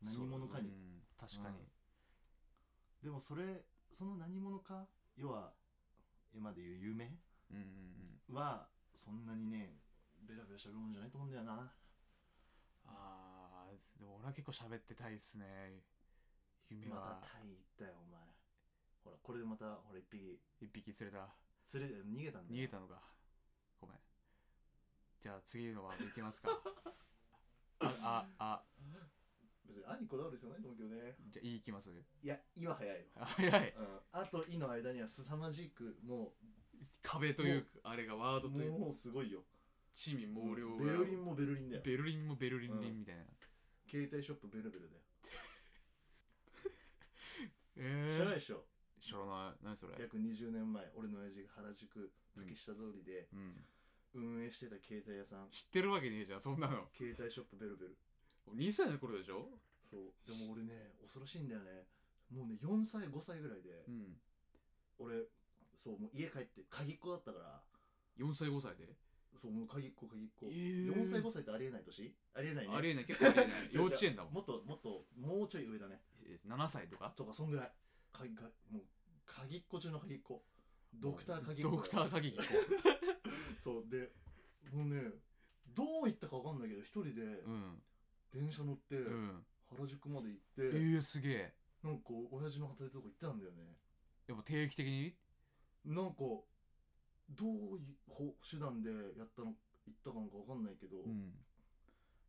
[SPEAKER 2] 何者かに。
[SPEAKER 1] そううん確かに
[SPEAKER 2] でもそれ、その何者か、要は、今で言う夢
[SPEAKER 1] うんうんうん
[SPEAKER 2] はそんなにねベラベラしゃべるもんじゃないと思うんだよな
[SPEAKER 1] あーでも俺は結構喋ってたいっすね夢
[SPEAKER 2] ま
[SPEAKER 1] は
[SPEAKER 2] たタイ行ったよお前ほらこれでまたほら一匹
[SPEAKER 1] 一匹釣れた
[SPEAKER 2] 連れて逃げたんだ
[SPEAKER 1] 逃
[SPEAKER 2] よ
[SPEAKER 1] げたのかごめんじゃあ次のは行き (laughs) ますかあああ
[SPEAKER 2] 別に「あ」にこだわる必要ないと思うけどね
[SPEAKER 1] じゃあいい行きます
[SPEAKER 2] いや「い」は早いよ
[SPEAKER 1] あ早い
[SPEAKER 2] うん、あと「い」の間には凄まじくも
[SPEAKER 1] 壁というかあれがワー
[SPEAKER 2] う
[SPEAKER 1] ドというか
[SPEAKER 2] もうすごいよ
[SPEAKER 1] 地味
[SPEAKER 2] ベ
[SPEAKER 1] 毛量が
[SPEAKER 2] ルリンもベルリンだよ
[SPEAKER 1] ベルリンもベルリンリ
[SPEAKER 2] う
[SPEAKER 1] ン
[SPEAKER 2] ん
[SPEAKER 1] みたいな、
[SPEAKER 2] 携帯ショップベルベルだよ
[SPEAKER 1] え
[SPEAKER 2] 知らないでしょ
[SPEAKER 1] 知らない何それ
[SPEAKER 2] 約20年前俺の親父が原宿竹下通りで
[SPEAKER 1] うん
[SPEAKER 2] 運営してた携帯屋さん
[SPEAKER 1] 知ってるわけねえじゃんそんなの
[SPEAKER 2] 携帯ショップベルベル
[SPEAKER 1] 2歳の頃でしょ
[SPEAKER 2] そうでも俺ね恐ろしいんだよねもうね4歳5歳ぐらいで、
[SPEAKER 1] うん
[SPEAKER 2] 俺そうもう家帰って鍵っ子だったから
[SPEAKER 1] 4歳5歳で
[SPEAKER 2] そうもう鍵っ子鍵っ子、
[SPEAKER 1] えー
[SPEAKER 2] 4歳5歳ってありえない年ありえ (laughs) ないね
[SPEAKER 1] ありえない結構ありえない幼稚園だもん
[SPEAKER 2] もっともっともうちょい上だね
[SPEAKER 1] え7歳とか
[SPEAKER 2] とかそんぐらい鍵がもう鍵っ子中の鍵っ子ドクター鍵っ子
[SPEAKER 1] ドクター鍵っ子
[SPEAKER 2] そうでもうねどう行ったか分かんないけど一人で (laughs)
[SPEAKER 1] うん
[SPEAKER 2] 電車乗って
[SPEAKER 1] うん
[SPEAKER 2] 原宿まで行って、
[SPEAKER 1] えー、すげえ
[SPEAKER 2] なんか親父の働いてるとこ行ってたんだよね
[SPEAKER 1] でも定期的に
[SPEAKER 2] なんかどういう方手段でやったの行ったかなんか分かんないけど、
[SPEAKER 1] うん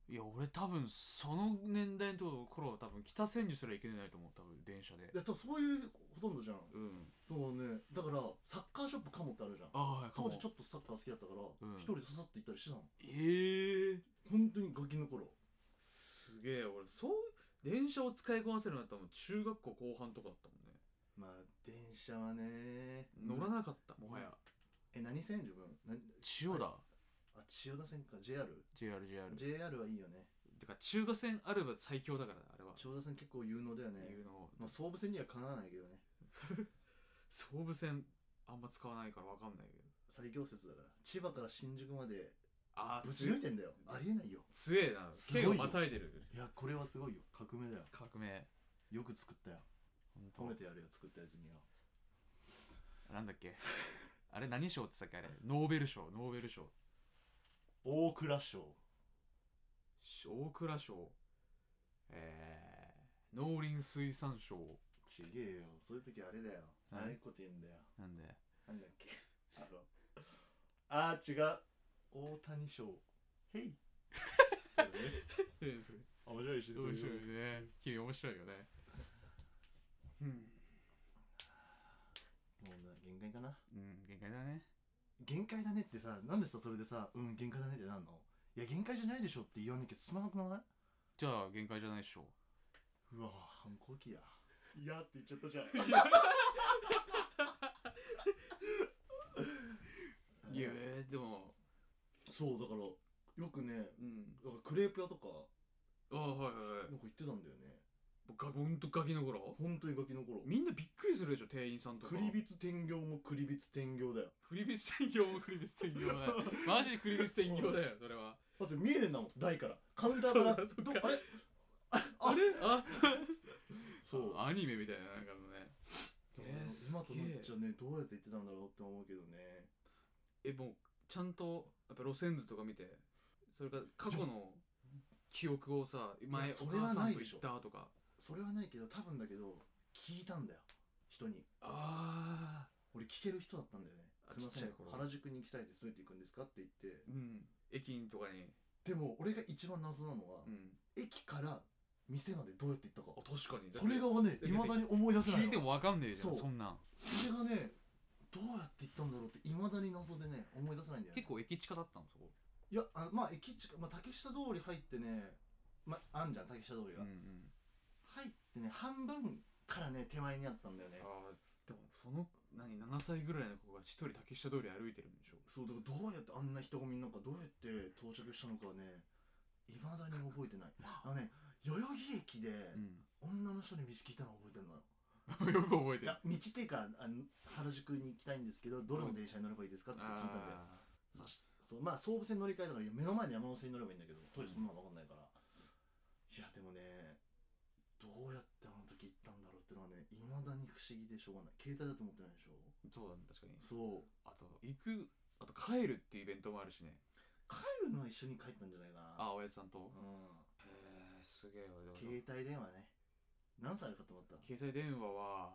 [SPEAKER 1] いや俺多分その年代の頃は多分北千住すら行けないと思う多分電車で
[SPEAKER 2] だからそういうほとんどじゃん
[SPEAKER 1] うん
[SPEAKER 2] そうねだからサッカーショップカモってあるじゃん
[SPEAKER 1] ああはいか
[SPEAKER 2] 当
[SPEAKER 1] も
[SPEAKER 2] 時ちょっとサッカー好きだったから
[SPEAKER 1] うん
[SPEAKER 2] 一、人で刺さって行ったりしてたの
[SPEAKER 1] ええ
[SPEAKER 2] 本当にガキの頃
[SPEAKER 1] すげえ俺そう電車を使いこなせるようになったの中学校後半とかだったもんね
[SPEAKER 2] まあ電車はね
[SPEAKER 1] 乗らなかったもはや
[SPEAKER 2] え何線自分な
[SPEAKER 1] 千代田
[SPEAKER 2] あ千代田線か JR?JR
[SPEAKER 1] JRJR
[SPEAKER 2] はいいよね
[SPEAKER 1] てか中華線あれば最強だからあれは
[SPEAKER 2] 千代田線結構有能だよね
[SPEAKER 1] いうのを
[SPEAKER 2] まあ総武線にはかなわないけどね
[SPEAKER 1] 総武線あんま使わないからわかんないけど
[SPEAKER 2] 最強説だから千葉から新宿まで
[SPEAKER 1] ああ
[SPEAKER 2] ぶち抜
[SPEAKER 1] 強
[SPEAKER 2] いてんだよありえないよ
[SPEAKER 1] 強えな
[SPEAKER 2] すごい
[SPEAKER 1] 剣
[SPEAKER 2] よ
[SPEAKER 1] をまたいでる
[SPEAKER 2] いやこれはすごいよ革命だよ
[SPEAKER 1] 革命
[SPEAKER 2] よく作ったよ褒め
[SPEAKER 1] 本
[SPEAKER 2] てやるよ作ったやつには
[SPEAKER 1] 当なんだっけ (laughs) あれ何賞ってさっきあれノーベル賞ノーベル賞
[SPEAKER 2] 大蔵省
[SPEAKER 1] 大蔵賞えー、農林水産賞
[SPEAKER 2] ちげえよそういう時あれだよ
[SPEAKER 1] はい
[SPEAKER 2] ああいうこと言うんだよ
[SPEAKER 1] なんで
[SPEAKER 2] なんだっけ (laughs) あのあー違う大谷翔へいそうね (laughs) 面白いし
[SPEAKER 1] 面白い
[SPEAKER 2] そうう
[SPEAKER 1] ね君面白いよねうん
[SPEAKER 2] もうな限界かな
[SPEAKER 1] うん限界だね
[SPEAKER 2] 限界だねってさなんでさそれでさうん限界だねってなんのいや限界じゃないでしょって言わなきゃ進まなくならない
[SPEAKER 1] じゃあ限界じゃないっしょ
[SPEAKER 2] うわ反抗期やいやって言っちゃったじゃん
[SPEAKER 1] (laughs) いやえーでも
[SPEAKER 2] そうだからよくね
[SPEAKER 1] うん
[SPEAKER 2] だからクレープ屋とか
[SPEAKER 1] ああはいはいはい
[SPEAKER 2] なんか行ってたんだよね
[SPEAKER 1] 僕ほんとガキの頃
[SPEAKER 2] 本当にガキの頃
[SPEAKER 1] みんなびっくりするでしょ店員さんとか
[SPEAKER 2] クリビツ天行もクリビツ天行だよ
[SPEAKER 1] クリビス天行もクリビス天行だよ
[SPEAKER 2] (laughs)
[SPEAKER 1] マジでクリビス天行だよそれは
[SPEAKER 2] だって見えねえんだもん台からカウンターから
[SPEAKER 1] そうだそうか
[SPEAKER 2] どあれ
[SPEAKER 1] あれあ
[SPEAKER 2] (laughs) そう
[SPEAKER 1] アニメみたいななんかのねえーすげえ
[SPEAKER 2] 今となっちゃねどうやって行ってたんだろうって思うけどね
[SPEAKER 1] えもうちゃんとやっぱ路線図とか見てそれから過去の記憶をさ
[SPEAKER 2] い
[SPEAKER 1] 前
[SPEAKER 2] や
[SPEAKER 1] お
[SPEAKER 2] それは
[SPEAKER 1] 母さ
[SPEAKER 2] なんい
[SPEAKER 1] と
[SPEAKER 2] で
[SPEAKER 1] 行
[SPEAKER 2] しょ
[SPEAKER 1] ったとか
[SPEAKER 2] それはないけど多分だけど聞いたんだよ人に
[SPEAKER 1] ああ
[SPEAKER 2] 俺聞ける人だったんだよね
[SPEAKER 1] あ
[SPEAKER 2] すいませ
[SPEAKER 1] ちっちゃ
[SPEAKER 2] ん
[SPEAKER 1] い頃
[SPEAKER 2] 原宿に行きたいですどうやって行くんですかって言って
[SPEAKER 1] うん駅員とかに
[SPEAKER 2] でも俺が一番謎なのは、
[SPEAKER 1] うん
[SPEAKER 2] 駅から店までどうやって行った
[SPEAKER 1] あ
[SPEAKER 2] か
[SPEAKER 1] 確かに
[SPEAKER 2] それがね
[SPEAKER 1] て
[SPEAKER 2] いまだに思い出せない
[SPEAKER 1] 聞いて
[SPEAKER 2] の
[SPEAKER 1] もわかんねえじゃん
[SPEAKER 2] そう
[SPEAKER 1] そんなん
[SPEAKER 2] それがねどうやって行ったんだろうっていまだに謎でね思い出せないんだよね
[SPEAKER 1] 結構駅近だったのそこ
[SPEAKER 2] いやあまあ駅近、まあ、竹下通り入ってね、まあ、あんじゃん竹下通り
[SPEAKER 1] う
[SPEAKER 2] が、
[SPEAKER 1] んうん
[SPEAKER 2] 入ってね半分からね手前にあったんだよね
[SPEAKER 1] ああでもその何7歳ぐらいの子が一人竹下通り歩いてるんでしょ
[SPEAKER 2] そうだからどうやってあんな人混みの中どうやって到着したのかはねいまだに覚えてないあのね代々木駅で
[SPEAKER 1] うん
[SPEAKER 2] 女の人に道聞いたの覚えてんのよ
[SPEAKER 1] (laughs) よく覚えて
[SPEAKER 2] い
[SPEAKER 1] る
[SPEAKER 2] や道っていうかあの原宿に行きたいんですけどどれの電車に乗ればいいですかって聞いたんだよ
[SPEAKER 1] ああ
[SPEAKER 2] そうまあ総武線乗り換えだからいや目の前の山手線に乗ればいいんだけど当時そんなの分かんないから、いやでもねどうやってあの時行ったんだろうってのはねいまだに不思議でしょうがない携帯だと思ってないでしょ
[SPEAKER 1] そうだね確かに
[SPEAKER 2] そう
[SPEAKER 1] あと行くあと帰るっていうイベントもあるしね
[SPEAKER 2] 帰るのは一緒に帰ったんじゃないかな
[SPEAKER 1] ああおやつさんと
[SPEAKER 2] う
[SPEAKER 1] へえすげえわでも
[SPEAKER 2] ん携帯電話ね何歳かと思ったあ
[SPEAKER 1] 携帯電話は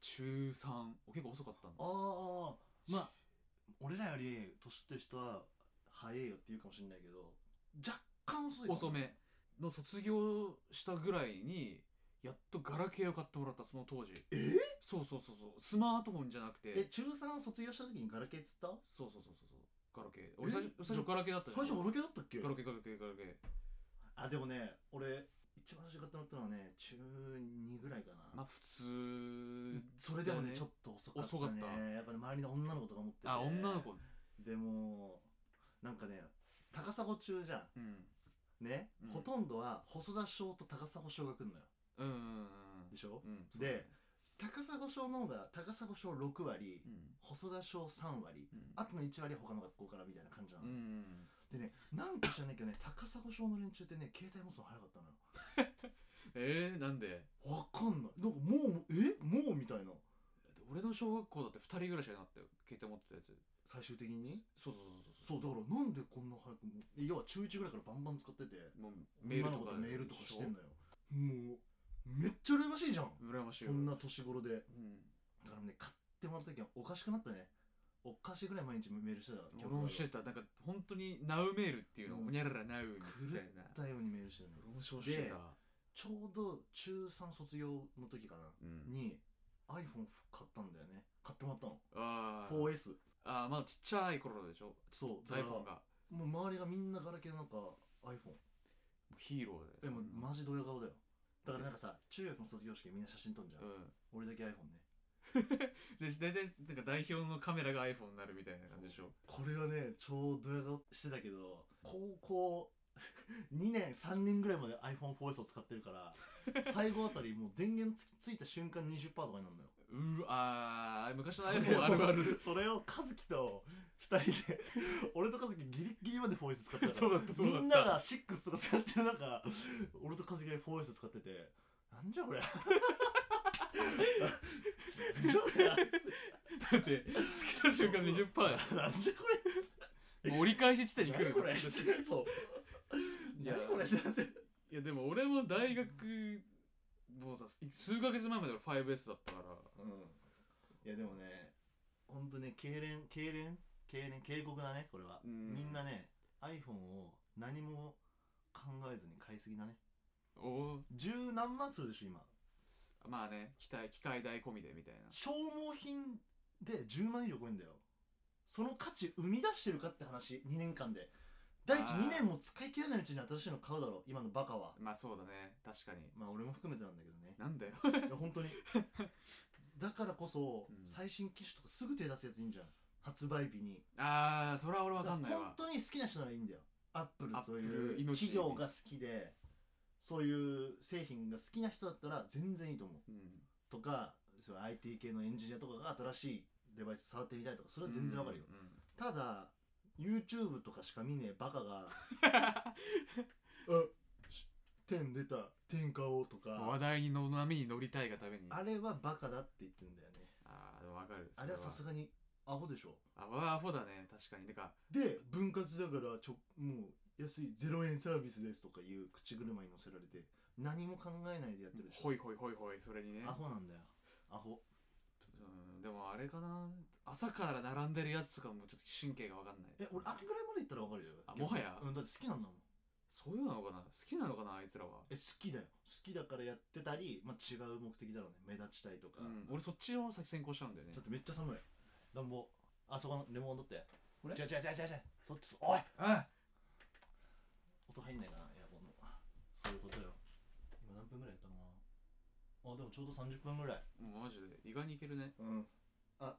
[SPEAKER 1] 中3結構遅かったんだ
[SPEAKER 2] あまあ俺らより年って人は早いよって言うかもしれないけど若干遅いかも
[SPEAKER 1] 遅めの卒業したぐらいにやっとガラケーを買ってもらったその当時
[SPEAKER 2] え
[SPEAKER 1] そうそうそうそうスマートフォンじゃなく
[SPEAKER 2] え
[SPEAKER 1] て
[SPEAKER 2] 中3を卒業した時にガラケーっつった
[SPEAKER 1] そうそうそうそうそうガラケー俺最初
[SPEAKER 2] え
[SPEAKER 1] 最初ガラケーだったじゃ
[SPEAKER 2] 最
[SPEAKER 1] ん
[SPEAKER 2] 初ガラケーだったっけ
[SPEAKER 1] ガラケーガラケーガラケー
[SPEAKER 2] あでもね俺一番最初買ってもらったのはね中2ぐらいかな、
[SPEAKER 1] まあ普通
[SPEAKER 2] それでも
[SPEAKER 1] だ
[SPEAKER 2] ね
[SPEAKER 1] よ
[SPEAKER 2] ちょっと遅かったね
[SPEAKER 1] 遅かった
[SPEAKER 2] やっぱね周りの女の子とか持ってて
[SPEAKER 1] あ女の子
[SPEAKER 2] でもなんかね高砂中じゃ
[SPEAKER 1] うん
[SPEAKER 2] んね、
[SPEAKER 1] うん
[SPEAKER 2] ほとんどは細田小と高砂小が来るのよ
[SPEAKER 1] うんうん
[SPEAKER 2] でしょ
[SPEAKER 1] うんうんそうだね
[SPEAKER 2] で高砂小の方が高砂小6割、
[SPEAKER 1] うん
[SPEAKER 2] 細田小3割
[SPEAKER 1] うん
[SPEAKER 2] あとの1割は他の学校からみたいな感じなの、
[SPEAKER 1] うんうん
[SPEAKER 2] でねなんか知らないけどね高砂小の連中ってね携帯持つの早かったのよ
[SPEAKER 1] えー、なんで
[SPEAKER 2] わかんないなんかもうえもうみたいな
[SPEAKER 1] 俺の小学校だって2人ぐらいしかいなかったよ携帯持ってたやつ
[SPEAKER 2] 最終的に
[SPEAKER 1] そうそうそうそう
[SPEAKER 2] そうだからなんでこんな早くもう要は中1ぐらいからバンバン使ってて
[SPEAKER 1] もうメールと
[SPEAKER 2] 女の子
[SPEAKER 1] か
[SPEAKER 2] メールとかしてんのよもうめっちゃ羨ましいじゃん
[SPEAKER 1] 羨ましい
[SPEAKER 2] そんな年頃でだ
[SPEAKER 1] うん
[SPEAKER 2] からね買ってもらった時はおかしくなったねおかしいぐらい毎日メールしてた
[SPEAKER 1] 俺もして
[SPEAKER 2] た
[SPEAKER 1] たなんか本当にナウメールっていうの
[SPEAKER 2] うん
[SPEAKER 1] ほにゃららナウみた
[SPEAKER 2] 狂
[SPEAKER 1] いな
[SPEAKER 2] ったようにメールしてたね
[SPEAKER 1] 俺もそうしてた
[SPEAKER 2] でちょうど中3卒業の時かな
[SPEAKER 1] うん
[SPEAKER 2] に iPhone 買ったんだよね買ってもらったの
[SPEAKER 1] あー
[SPEAKER 2] 4S
[SPEAKER 1] あーまあちっちゃい頃でしょ
[SPEAKER 2] そうだから
[SPEAKER 1] iPhone が
[SPEAKER 2] もう周りがみんなガラケーなんか iPhone
[SPEAKER 1] ヒーローだ
[SPEAKER 2] で
[SPEAKER 1] よ
[SPEAKER 2] も
[SPEAKER 1] そんな
[SPEAKER 2] マジドヤ顔だよだからなんかさ中学の卒業式みんな写真撮んじゃん、俺だけ iPhone ね
[SPEAKER 1] うんで大体なんか代表のカメラが iPhone になるみたいな感じでしょ
[SPEAKER 2] これがね超ドヤ顔してたけど高校 (laughs) 2年3年ぐらいまで iPhone4S を使って
[SPEAKER 1] (laughs)
[SPEAKER 2] るから最後あたりもう電源つついた瞬間20%とかになるのよ
[SPEAKER 1] うわあー昔の
[SPEAKER 2] それを
[SPEAKER 1] iPhone あるあ
[SPEAKER 2] (laughs)
[SPEAKER 1] る
[SPEAKER 2] それを和樹と2人で俺と和樹ギリギリまで 4S 使ってたから
[SPEAKER 1] そうだったそうだった
[SPEAKER 2] みんなが6とか使ってる中俺と和樹が 4S 使っててなんじゃこれなんじゃこれ
[SPEAKER 1] だってつけた瞬間20%だよ
[SPEAKER 2] なんじゃこ
[SPEAKER 1] もう折り返し地点
[SPEAKER 2] れ
[SPEAKER 1] に来る
[SPEAKER 2] 何これ
[SPEAKER 1] つけた瞬間
[SPEAKER 2] そう
[SPEAKER 1] いや
[SPEAKER 2] 何これだって
[SPEAKER 1] いやでも俺も大学もうさ数ヶ月前まで俺 5S だったから
[SPEAKER 2] うんいやでもねほんとね痙攣痙攣痙攣警告だねこれは、
[SPEAKER 1] うん
[SPEAKER 2] みんなね iPhone を何も考えずに買いすぎだね
[SPEAKER 1] おー
[SPEAKER 2] 十何万するでしょ今
[SPEAKER 1] まあね機械機械代込みでみたいな
[SPEAKER 2] 消耗品で10万以上超えんだよその価値生み出してるかって話2年間で第一
[SPEAKER 1] あー
[SPEAKER 2] 2年も使い切らないうちに新しいの買うだろう今のバカは
[SPEAKER 1] まあそうだね確かに
[SPEAKER 2] まあ俺も含めてなんだけどね
[SPEAKER 1] なんだよ (laughs)
[SPEAKER 2] いや本当にだからこそ、
[SPEAKER 1] うん
[SPEAKER 2] 最新機種とかすぐ手出すやついいんじゃん発売日に
[SPEAKER 1] ああそれは俺わかんないわ
[SPEAKER 2] 本当に好きな人ならいいんだよアップルとい
[SPEAKER 1] Apple
[SPEAKER 2] う
[SPEAKER 1] 命
[SPEAKER 2] 企業が好きでそういう製品が好きな人だったら全然いいと思う
[SPEAKER 1] うん
[SPEAKER 2] とかそう IT 系のエンジニアとかが新しいデバイス触ってみたいとかそれは全然わかるよ、
[SPEAKER 1] うんうん
[SPEAKER 2] ただ YouTube とかしか見ねえバカ
[SPEAKER 1] (laughs)
[SPEAKER 2] があし10出た10買おうと
[SPEAKER 1] 話
[SPEAKER 2] か
[SPEAKER 1] 題の波に乗りたいがために
[SPEAKER 2] あれはバカだって言ってんだよね
[SPEAKER 1] あーわかる
[SPEAKER 2] あれはさす
[SPEAKER 1] が
[SPEAKER 2] がにアホでしょ
[SPEAKER 1] あわアホだね確かにてか
[SPEAKER 2] で分割だからちょもう安い0円サービスですとかいう口車に乗せられて何も考えないでやってるでしょ
[SPEAKER 1] ほいほいほいほいそれにね
[SPEAKER 2] アホなんだよアホ
[SPEAKER 1] うんでもあれかな朝から並んでるやつとかもちょっと神経がわかんない
[SPEAKER 2] え俺あれぐらいまで行ったらわかるよ
[SPEAKER 1] あもはや
[SPEAKER 2] うんだって好きなんだもん
[SPEAKER 1] そういうのなのかな好きなのかなあいつらは
[SPEAKER 2] え好きだよ好きだからやってたり、まあ、違う目的だろうね目立ちたいとか、
[SPEAKER 1] うん、俺そっちの先先行しちゃうんだよね
[SPEAKER 2] ちょっとめっちゃ寒い暖房あそこのレモン取って
[SPEAKER 1] これ
[SPEAKER 2] 違う違う違う違う違うそっちそおい
[SPEAKER 1] あ
[SPEAKER 2] 音入んないかなエアコンのそういうことよ今何分ぐらいやったのかなあでもちょうど30分ぐらい
[SPEAKER 1] もうマジで意外にいけるね
[SPEAKER 2] うんあ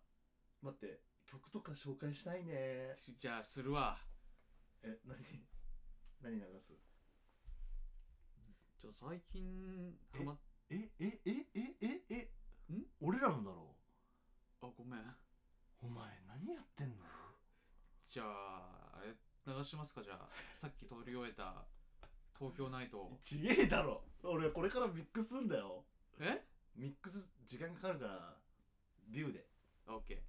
[SPEAKER 2] 待って曲とか紹介したいね
[SPEAKER 1] じゃあするわ
[SPEAKER 2] え何何流す
[SPEAKER 1] ちょっと最近ハマっ
[SPEAKER 2] えええええええ
[SPEAKER 1] ん
[SPEAKER 2] 俺らのだろ
[SPEAKER 1] あごめん
[SPEAKER 2] うお前何やってんの
[SPEAKER 1] じゃああれ流しますかじゃあさっき撮り終えた東京ナイト
[SPEAKER 2] ちげえだろ俺これからミックスすんだよ
[SPEAKER 1] え
[SPEAKER 2] ミックス時間かかるからビューで
[SPEAKER 1] オッケ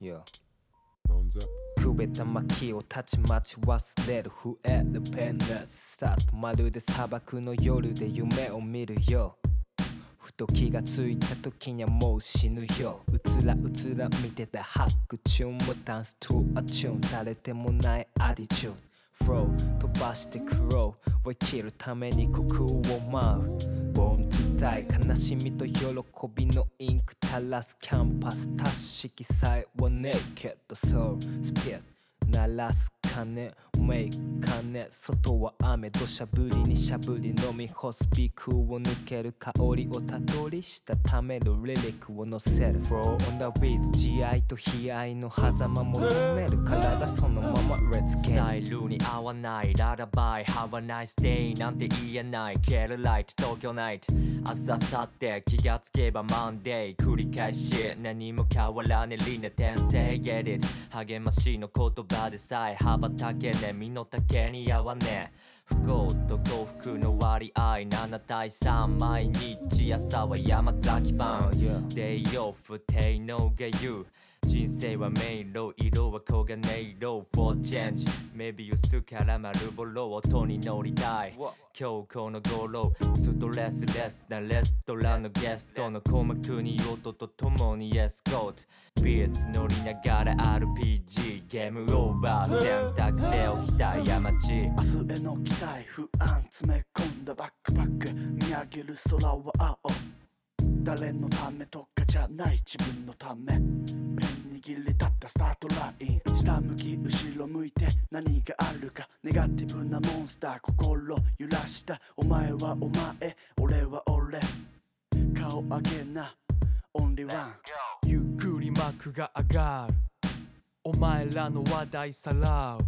[SPEAKER 3] いやくべた薪をたちまち忘れる増えるペンネススタートまるで砂漠の夜で夢を見るよふと気がついた時にはもう死ぬようつらうつら見てたハックチューンもダンストゥアチューン誰でもないアディチューンフロー飛ばして苦労を生きるために虚空を舞う Born to die 悲しみと喜びのインク垂らすキャンパス達色彩はネイケッドソウルスピリット鳴らす鐘メイク金外は雨土砂降りにしゃぶり飲み干すビクを抜ける香りをたどりしたためるリリックを乗せる Flow on the beats 慈愛と悲哀の狭間も飲める体そのまま Let's
[SPEAKER 4] ス
[SPEAKER 3] get
[SPEAKER 4] タイルに合わないララバイ Have a nice day なんて言えない Get a light 東京ナイト朝去って気がつけばマンデー繰り返し何も変わらねえリネ転生 Get it 励ましの言葉でさえ羽ばたけねえ身の丈に合わねえ不幸と幸福の割合7対3毎日朝は山崎パン
[SPEAKER 3] Oh, yeah.
[SPEAKER 4] Day off 定のが言う
[SPEAKER 5] 人生は迷路色は黄金色 For change maybe 薄から丸ボロ音に乗りたい今日この頃ストレスレスなレストランのゲストの鼓膜に音とともにエスコートビーツ乗りながら RPG ゲームオーバー選択で起きた山地
[SPEAKER 6] 明日への期待不安詰め込んだバックパック見上げる空は青誰のためとかじゃない自分のためペン握り立ったスタートライン下向き後ろ向いて何があるかネガティブなモンスター心揺らしたお前はお前俺は俺顔上げなオンリーワン
[SPEAKER 3] ゆっくり幕が上がるお前らの話題さらう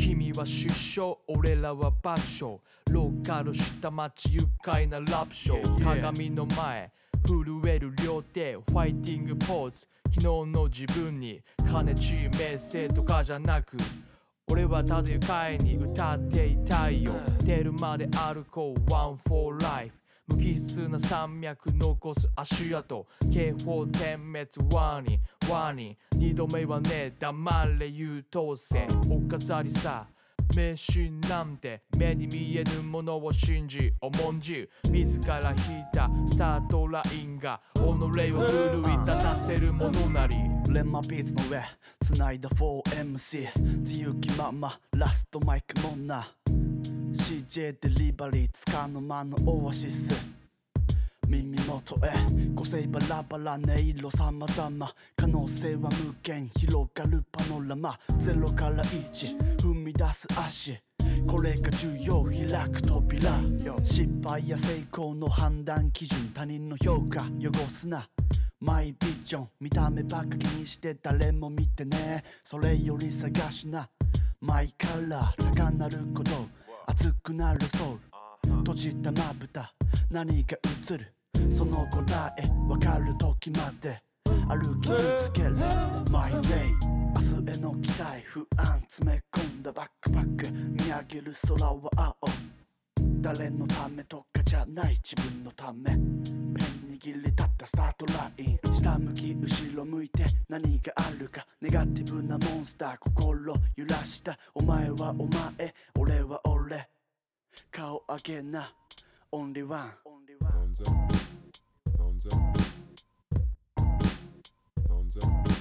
[SPEAKER 3] 君は出生俺らは爆笑ローカルした街愉快なラップショ
[SPEAKER 1] Yeah,
[SPEAKER 3] ー
[SPEAKER 1] yeah.
[SPEAKER 3] 鏡の前震える両手ファイティングポーズ昨日の自分に金地名声とかじゃなく俺はただ愉快に歌っていたいよ出るまで歩こう One for life 無機質な山脈残す足跡 K4 点滅ワニワニ二度目はね黙れ優等生お飾りさ迷信なんて目に見えぬものを信じ重んじ自ら引いたスタートラインが己を奮い立たせるものなり
[SPEAKER 6] レンマビーツの上繋いだ 4MC 強気ままラストマイクもな CJ デリバリーつかの間のオアシス耳元へ個性バラバラ音色様々可能性は無限広がるパノラマゼロから1踏み出す足これが重要開く扉失敗や成功の判断基準他人の評価汚すなマイビジョン見た目ばっか気にして誰も見てねそれより探しなマイカラー高なること熱くなるソウル閉じたまぶた何が映るその答え分かる時まで歩き続けるマイウェイ明日への期待不安詰め込んだバックパック見上げる空は青誰のためとかじゃない自分のためペン握り立ったスタートライン下向き後ろ向いて何があるかネガティブなモンスター心揺らしたお前はお前俺は俺顔上げなオンリーワン
[SPEAKER 7] Bones up. Bones up. Bones up.